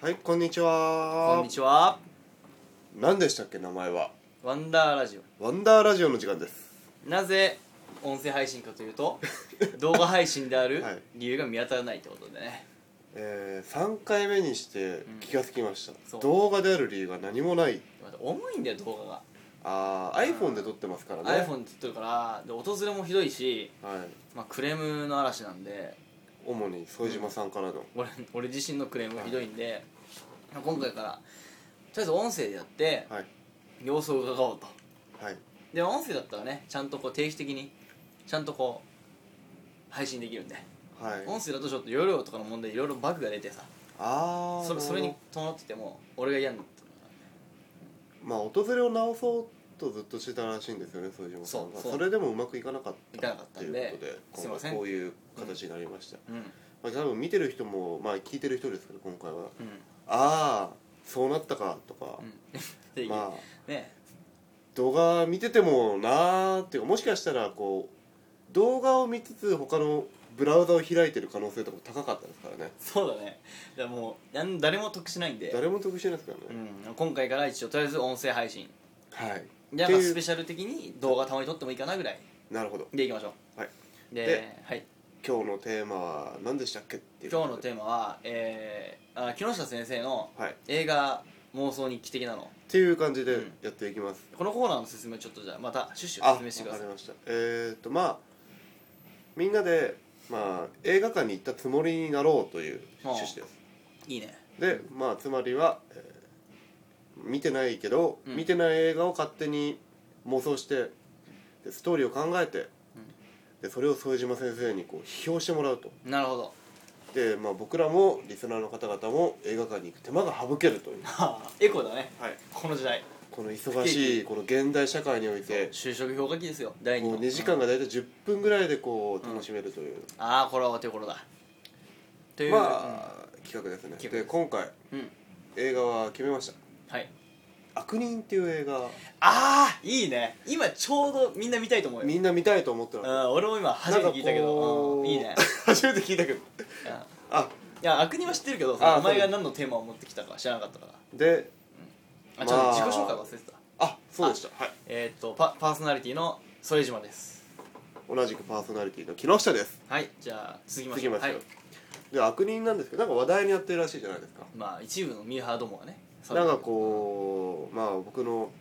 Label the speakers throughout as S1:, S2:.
S1: はいこんにちは
S2: こんにちは
S1: 何でしたっけ名前は
S2: ワンダーラジ
S1: ワンダーラジオの時間です
S2: オなぜ音声配信かとい うと動画配信である
S1: はい
S2: 理由が見当たらないってことでね
S1: えー、3回目にして気がつきました、
S2: そう
S1: 動画である理由が何もない
S2: また重いんだよ動画
S1: あー iPhone で撮ってますから
S2: が、
S1: ね
S2: iPhone って言ってるからで訪れもひどいし、
S1: はい
S2: まあ、クレームの嵐なんで
S1: 主に副島さんからの、
S2: 俺俺自身のクレームがひどいんで、まあ今回からとりあえず音声でやって、
S1: はい
S2: 様子を伺おうと
S1: はい
S2: で音声だったらねちゃんとこう定期的にちゃんとこう配信できるんで、
S1: はい
S2: 音声だとちょっと容量とかの問題いろいろバグが出てさ
S1: ああ
S2: それそれに伴ってても俺が嫌になったのが
S1: まあ訪れを直そうとずっとしてたらしいんですよね副島さんが
S2: そうそう
S1: それでもうまくいかなかった
S2: いかなかったんで
S1: ということです
S2: いませ
S1: 今
S2: ん
S1: 回こういう形になりました、
S2: うん、うん、
S1: まあ、多分見てる人もまあ聞いてる人ですから今回はああそうなったかとか、
S2: で、
S1: まあ
S2: ね
S1: 動画見ててもなーっていうかもしかしたらこう動画を見つつ他のブラウザを開いてる可能性とかも高かったですからね
S2: そうだねだからもうなん誰も得しないんで、
S1: 誰も得してないですから
S2: う
S1: ね、
S2: ん、今回から一応とりあえず音声配信
S1: はい
S2: でな
S1: って
S2: んか
S1: い
S2: ス
S1: う
S2: ペシャル的に動画たまに撮ってもいいかなぐらい
S1: なるほど
S2: でいきましょ
S1: はいう
S2: で
S1: で
S2: はい、
S1: 今日のテーマは何でしたっけっていう
S2: 今日のテ
S1: ー
S2: ーマは、えー、あ木下先生の
S1: マはいっ
S2: 映画妄想日記的なの
S1: ていう感じで
S2: うん
S1: やっていきます、
S2: このコーナーの説明をちょっとじゃあまたシュッシュ
S1: あわか
S2: 説明
S1: り
S2: してください
S1: ましたえー、っとまあみんなで、まあ、映画館に行ったつもりになろうという趣旨です
S2: いいね
S1: でまあつまりは、えー見てないけど、
S2: うん
S1: 見てない映画を勝手に妄想してでストーリーを考えて、でそれを副島先生にこう批評してもらうと
S2: なるほど
S1: で、まあ、僕らもリスナーの方々も映画館に行く手間が省けるという、
S2: エコだね
S1: はい、
S2: この時代
S1: この忙しいこの現代社会において
S2: 就職氷河期ですよ第
S1: も
S2: 2
S1: う
S2: の
S1: 2時間が大体10分ぐらいでこう楽しめるという、
S2: ああこれはお手頃だという、
S1: まあ、企画ですね
S2: 企画
S1: で今回
S2: うん、うん
S1: 映画は決めました
S2: はい
S1: 「悪人」っていう映画
S2: ああいいね今ちょうどみんな見たいと思うよ
S1: みんな見たいと思ってた
S2: うん、俺も今初めて聞い
S1: な
S2: たけ
S1: んか
S2: ど、
S1: こ
S2: う
S1: うん
S2: いいね
S1: 初めて聞いたけど
S2: うんい
S1: あ
S2: や悪人は知ってるけどそ
S1: あ
S2: の
S1: ー
S2: お前が何のテーマを持ってきたか知らなかったから
S1: で
S2: あちょっと
S1: まあ
S2: 自己紹介忘れてた
S1: あそうでしたはい
S2: えー、っとパパーソナリティの副島です
S1: 同じくパーソナリティの木下です
S2: はいじゃあ続きまし
S1: 次
S2: ょう
S1: ましょう
S2: はい、
S1: で悪人なんですけどなんか話題になってるらしいじゃないですか
S2: まあ一部のミーハーどもはね
S1: なんかこうまあ僕の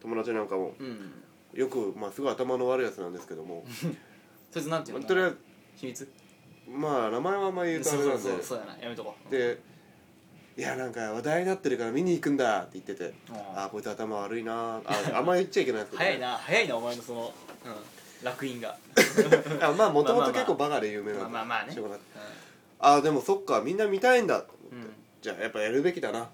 S1: 友達なんかも
S2: ううん
S1: よくまあすごい頭の悪いやつなんですけども
S2: そいつなんていうの
S1: とりあえず
S2: 秘密
S1: まあ名前はあんまり言うとあ
S2: そ
S1: れ
S2: う
S1: な
S2: そうん
S1: で
S2: そうそうやなやめとこう
S1: でいやなんか話題になってるから見に行くんだって言ってて
S2: うん
S1: あーこいつ頭悪いなーああんまり言っちゃいけないですけどね
S2: 早いな早いなお前のその、うん、楽印 が、
S1: あまあもともと結構バカで有名なんで
S2: まあまあまあね
S1: しょうがない
S2: うん
S1: ああでもそっかみんな見たいんだと思って、
S2: うん
S1: じゃあやっぱやるべきだなっ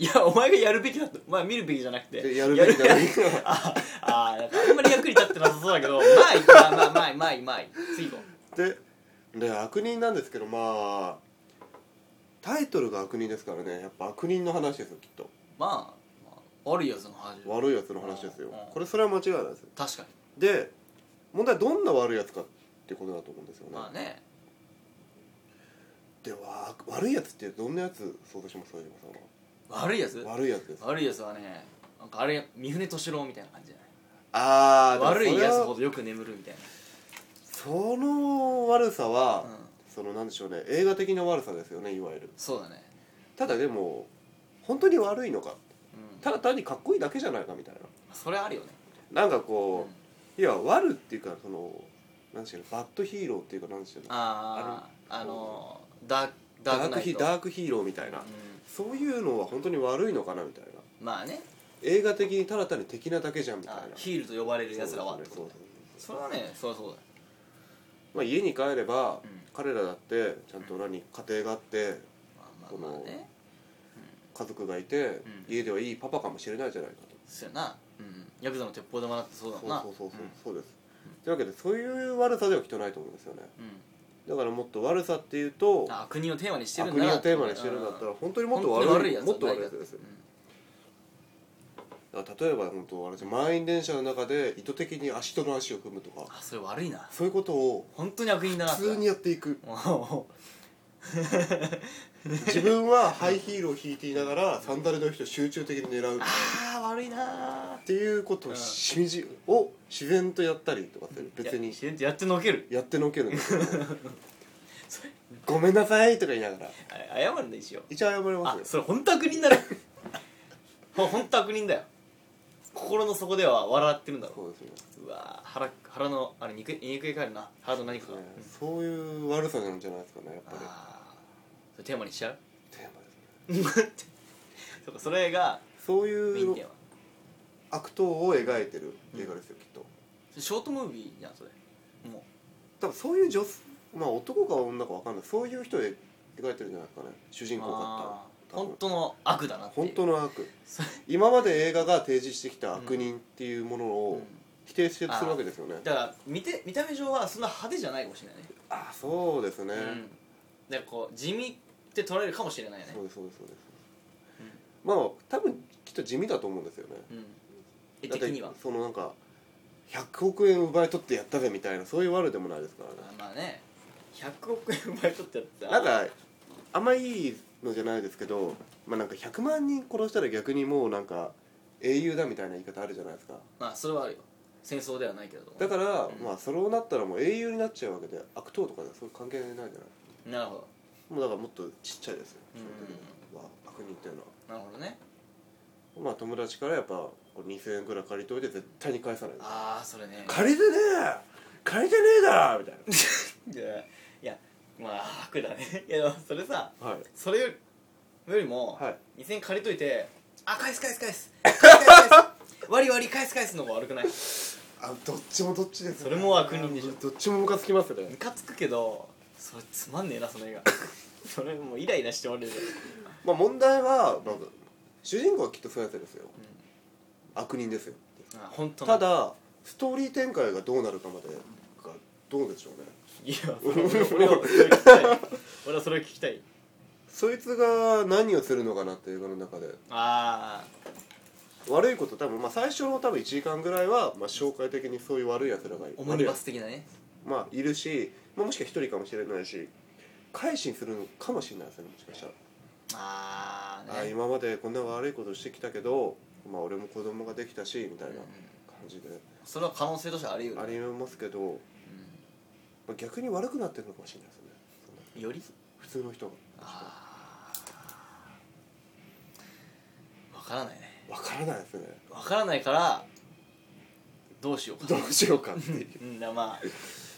S2: いやお前がやるべきだとまあ見るべきじゃなく
S1: て
S2: て
S1: やるべきだな
S2: ああーなんかあんまり役に立ってなさそうだけど まあいいまあまあまあまあいいまあいい次行こ
S1: でで悪人なんですけどまあタイトルが悪人ですからねやっぱ悪人の話ですよきっと
S2: うまあ、まあ、悪いやつの話
S1: 悪いやつの話ですよ
S2: うんうん
S1: これそれは間違いないですよ
S2: 確かに
S1: で問題はどんな悪いやつかってことだと思うんですよね、
S2: まあね
S1: でわ悪いやつってどんなやつ想像します副島さ
S2: 悪いやつ
S1: んは悪いやつです
S2: 悪いやつはねなんかあれ三船敏郎みたいな感じじゃ
S1: あ
S2: ない
S1: ー
S2: 悪
S1: でも
S2: い
S1: それ
S2: や
S1: は
S2: つほどよく眠るみたい
S1: その悪さは
S2: な、、うん、
S1: そのなんでしょうね映画的な悪さですよねいわゆる
S2: そうだね
S1: ただでも本当に悪いのか
S2: うん
S1: ただ単にかっこいいだけじゃないかみたい
S2: それあるよね
S1: ななんか
S2: うん
S1: こう、いや悪っていうかそのなんでしょうねバッドヒーローっていうかなんでしょうね
S2: あああのダーク
S1: ダ
S2: ダー
S1: ー
S2: クナ
S1: ク
S2: イ
S1: ヒ
S2: ト
S1: ダークヒーローみたいな、そういうのは本当に悪いのかなみたいな
S2: うん、まあね
S1: 映画的にただ単に敵なだけじゃんみたいな
S2: あヒールと呼ばれるやつらはっ
S1: そう
S2: て
S1: です
S2: こ
S1: ねそう
S2: とだ
S1: そうそう
S2: それはねそりゃそうだよ
S1: まあ、家に帰れば、
S2: うん
S1: 彼らだってちゃんと何家庭があって
S2: まあまあまあね
S1: 家族がいて、
S2: うん
S1: 家ではいいパパかもしれないじゃないかと
S2: そうやな、うん、ヤクザの鉄砲玉だってそうだもんな
S1: そうそうそうそうそうです、というわけでそういう悪さではきっとないと思うんですよね
S2: う
S1: だ
S2: ん、
S1: からもっと悪さっていうと
S2: うん、あ国をテーマにしてる
S1: 悪
S2: んだ
S1: 人
S2: な
S1: をテーマにしてるんだったら本当にもっと悪い
S2: 本当にやつ
S1: もっと
S2: は
S1: 悪
S2: ないい
S1: や
S2: か
S1: つ
S2: ら
S1: ですよだから例えば本当私満員電車の中で意図的に足との足を組むと
S2: うん
S1: か
S2: あそれ悪いな
S1: そういうことを
S2: 本当に悪人だな
S1: 普通にやっていく
S2: もう
S1: 自分はハイヒールを引いていながらサンダルの人を集中的に狙うっ
S2: あー悪いな
S1: ていうことをしみじを自然とやったりとかって別に
S2: 自然とやってのける
S1: やってのけ るんですよごめんなさいとか言いながら
S2: あ謝るんだ一応
S1: 一応謝れま
S2: あ
S1: すよ
S2: それ本当悪人だろほ本当悪人だよ心の底では笑ってるんだろ
S1: そうですね
S2: うわー腹腹のあれ肉肉が返るな腹の何かが、
S1: ねそういう悪さなんじゃないですかねやっぱり
S2: ああそれテーマにしちゃう
S1: テーマですね
S2: そうかそれが
S1: そう
S2: メイン
S1: い
S2: テー
S1: う
S2: マ
S1: 悪党を描いてる映画ですよきっと
S2: それショートムービーじゃんそれもう
S1: 多分そういう女性まあ男か女かわかんないそういう人で描いてるんじゃないですかね主人公だ
S2: あ
S1: った
S2: ー
S1: ら多分
S2: 本当の悪だなっていう
S1: 本当の悪
S2: それ
S1: 今まで映画が提示してきた悪人っていうもの
S2: う
S1: を
S2: ん
S1: 否定してするわけですよね、
S2: だから見て見た目上はそんな派手じゃないかもしれないね
S1: ああそうですね、
S2: うんだからこう地味って取られるかもしれないよね
S1: そうですそうですそうです、まあ多分きっと地味だと思うんですよね
S2: うん絵
S1: だっ
S2: 的
S1: て
S2: には
S1: そのなんか100億円奪い取ってやったぜみたいなそういう悪でもないですからね
S2: あまあね100億円奪い取ってやっ
S1: な
S2: た
S1: んかあんまいいのじゃないですけど、まあ、なんか100万人殺したら逆にもうなんか英雄だみたいな言い方あるじゃないですか
S2: まあそれはあるよ戦争ではないけれども
S1: だから、
S2: うん
S1: まあそうなったらもう英雄になっちゃうわけで悪党とかではそれ関係ないじゃない
S2: なるほど
S1: もうだからもっとちっちゃいですよ、
S2: うん
S1: まあ、悪人っていうのは
S2: なるほどね
S1: まあ友達からやっぱこう2000円くらい借りといて絶対に返さない
S2: ああそれね
S1: 借りてねえ借りてねえだろみたい
S2: いやいやまあ悪だねいやでもそれさ
S1: なはい
S2: それよりよりも、
S1: はい
S2: 2000円借りといてあ返す返す返 す返す返す返す割り割り返す返すのが悪くない
S1: あどっちもどっちです
S2: それも悪人でしょ
S1: どっちもムカつきますね
S2: ムカつくけどそれつまんねえなその映画それもうイライラして終わるじゃん
S1: まあ問題は、まあ、主人公はきっとそういうやつですよ、悪人ですよ
S2: あ本当の
S1: ただストーリー展開がどうなるかまでがどうでしょうね
S2: い やそれ俺はそれを聞きたい俺はそれを聞きたい
S1: そいつが何をするのかなって映画の中で
S2: あ
S1: 悪いこと多分、まあ、最初の多分1時間ぐらいは、まあ、紹介的にそういう悪いやつらがいる
S2: あオムニバス的なね
S1: まあいるし、まあ、もしかしたら1人かもしれないし改心するのかもしれないですねもしかしたら、
S2: あ
S1: あ
S2: あ
S1: ー
S2: ね
S1: 今までこんな悪いことしてきたけど、まあ、俺も子供ができたしみたいな感じで
S2: それは可能性としてはあり得
S1: あ
S2: る
S1: りますけど、まあ、逆に悪くなってるのかもしれないですねその
S2: より
S1: 普通の人が
S2: ああわからないね
S1: わからないですね
S2: わからないからどうしようか
S1: どうしようかっていう
S2: うんだまあ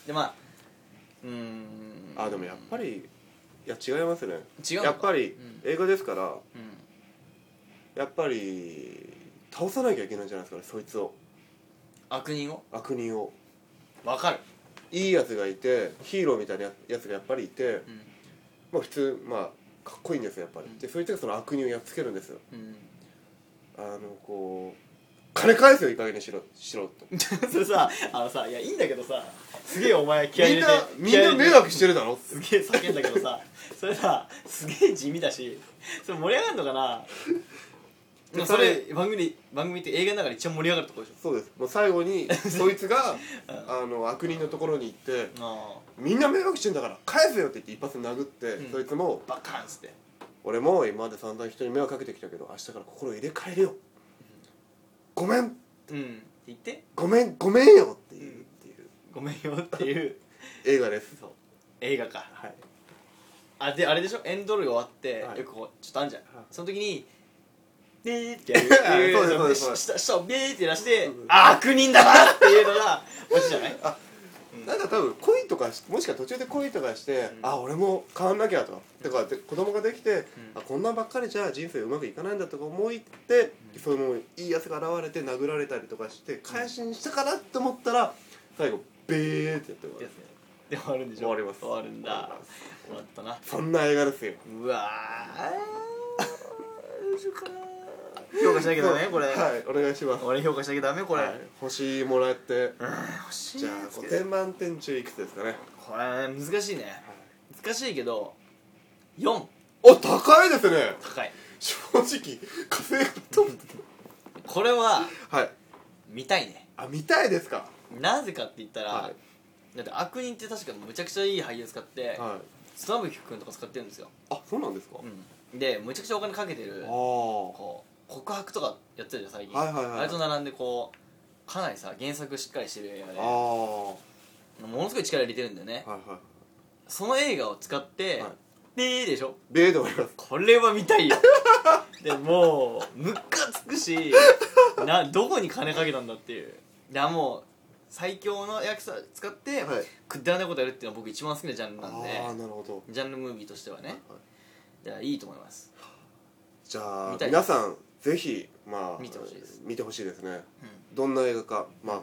S2: でまあうーん
S1: あーでもやっぱりいや違いますね
S2: 違うのか
S1: やっぱり
S2: うん
S1: 映画ですから、
S2: うん
S1: やっぱり倒さなきゃいけないんじゃないですかねそいつを
S2: 悪人を
S1: 悪人を
S2: わかる
S1: いいやつがいてヒーローみたいなやつがやっぱりいて、
S2: うん
S1: まあ普通まあかっこいいんですよやっぱり、
S2: うん
S1: でそいつがその悪人をやっつけるんですよ
S2: うん
S1: あのこう金返せよいい加減にしろしろと
S2: それさあのさいやいいんだけどさすげえお前気合い
S1: み
S2: 入
S1: ん
S2: れ
S1: な
S2: て
S1: み
S2: 気合
S1: ん
S2: い
S1: な
S2: 入れて
S1: 迷惑してるだろって
S2: すげえ叫んだけどさ それさすげえ地味だしそれ盛り上がるのかなでもそれ番組番組って映画の中で一番盛り上がるとこでしょ
S1: そうですもう最後 にそいつがあの悪人のところに行って
S2: あ
S1: みんな迷惑してんだから返せよって言って一発殴って、
S2: うん
S1: そいつも
S2: あバカンっつって
S1: 俺も今まで散々人に迷惑かけてきたけど明日から心を入れ替えるよ、ごめん
S2: うんって言って
S1: ごめんごめんよっていう,、
S2: うん
S1: っていう
S2: ごめんよっていう
S1: 映画です
S2: そう映画か
S1: はい
S2: あであれでしょエンドロール終わって、
S1: はい
S2: よくこうちょっとあんじゃん、
S1: はい
S2: その時にビーってやる
S1: そうですそうですそうです
S2: 下下をビーって出して
S1: そうです
S2: あ悪人だなっていうのがオチじゃない
S1: あなんか多分恋とかしもしか途中で恋とかして、
S2: うん
S1: あ俺も変わんなきゃとかだからで子供ができて、
S2: うん
S1: あこんなんばっかりじゃ人生うまくいかないんだとか思いって、そのいいやつが現れて殴られたりとかして改心したかなって思ったら最後ベーってやって終わ
S2: で
S1: る
S2: すねで終わるんでしょ
S1: 終わります
S2: 終わるん
S1: 終わ
S2: だ
S1: ります
S2: 終わったな
S1: そんな映画ですよ
S2: うわーどうしようかな評価しなきゃダメこれ、
S1: はいお願いします
S2: 俺評価しなきゃダメこれ、
S1: はい星もらって
S2: 欲しい
S1: じゃあ5点満点中いくつですかね
S2: これ難しいね難しいけど4
S1: お高いですね
S2: 高い
S1: 正直稼がと思って
S2: これは
S1: たはい
S2: 見たいね
S1: あ見たいですか
S2: なぜかって言ったら、
S1: は
S2: だって悪人って確かむちゃくちゃいい俳優使って、
S1: いは
S2: 妻夫木君とか使ってるんですよ、
S1: あそうなんですか、あ
S2: でむちゃくちゃお金かけてる
S1: あー
S2: こう告白とかやってるじゃん最近、
S1: はいはいはい
S2: あれと並んでこうかなりさ原作しっかりしてる映画
S1: あ
S2: で
S1: ーは
S2: ものすごい力入れてるんだよね
S1: いはい
S2: その映画を使って、
S1: はい
S2: ででしょ
S1: ベーで終わります
S2: これは見た いよでもうムカつくしなどこに金かけたんだっていういやもう最強の役者使って、
S1: はい
S2: くだらないことやるっていうのは僕一番好きなジャンルなんで
S1: ああなるほど
S2: ジャンルムービーとしてはね
S1: はい
S2: いやいいと思います
S1: じゃあ
S2: 見たいです
S1: 皆さんぜひまあ
S2: 見てほしいです
S1: 見てほしいですね
S2: う
S1: どんな映画かまあ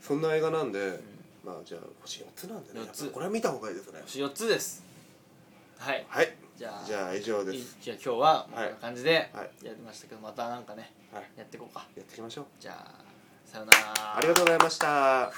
S1: そんな映画なんで、まあじゃあ星4つなんでね
S2: 四
S1: やっ
S2: つ
S1: ぱこれは見た方がいいですね
S2: 星4つですはい
S1: はい
S2: じゃあ
S1: じゃあ以上です
S2: いじゃあ今日はこんな感じで
S1: はい
S2: やりましたけどまたなんかね
S1: はい
S2: やっていこうか
S1: やっていきましょう
S2: じゃあさよなら
S1: ありがとうございました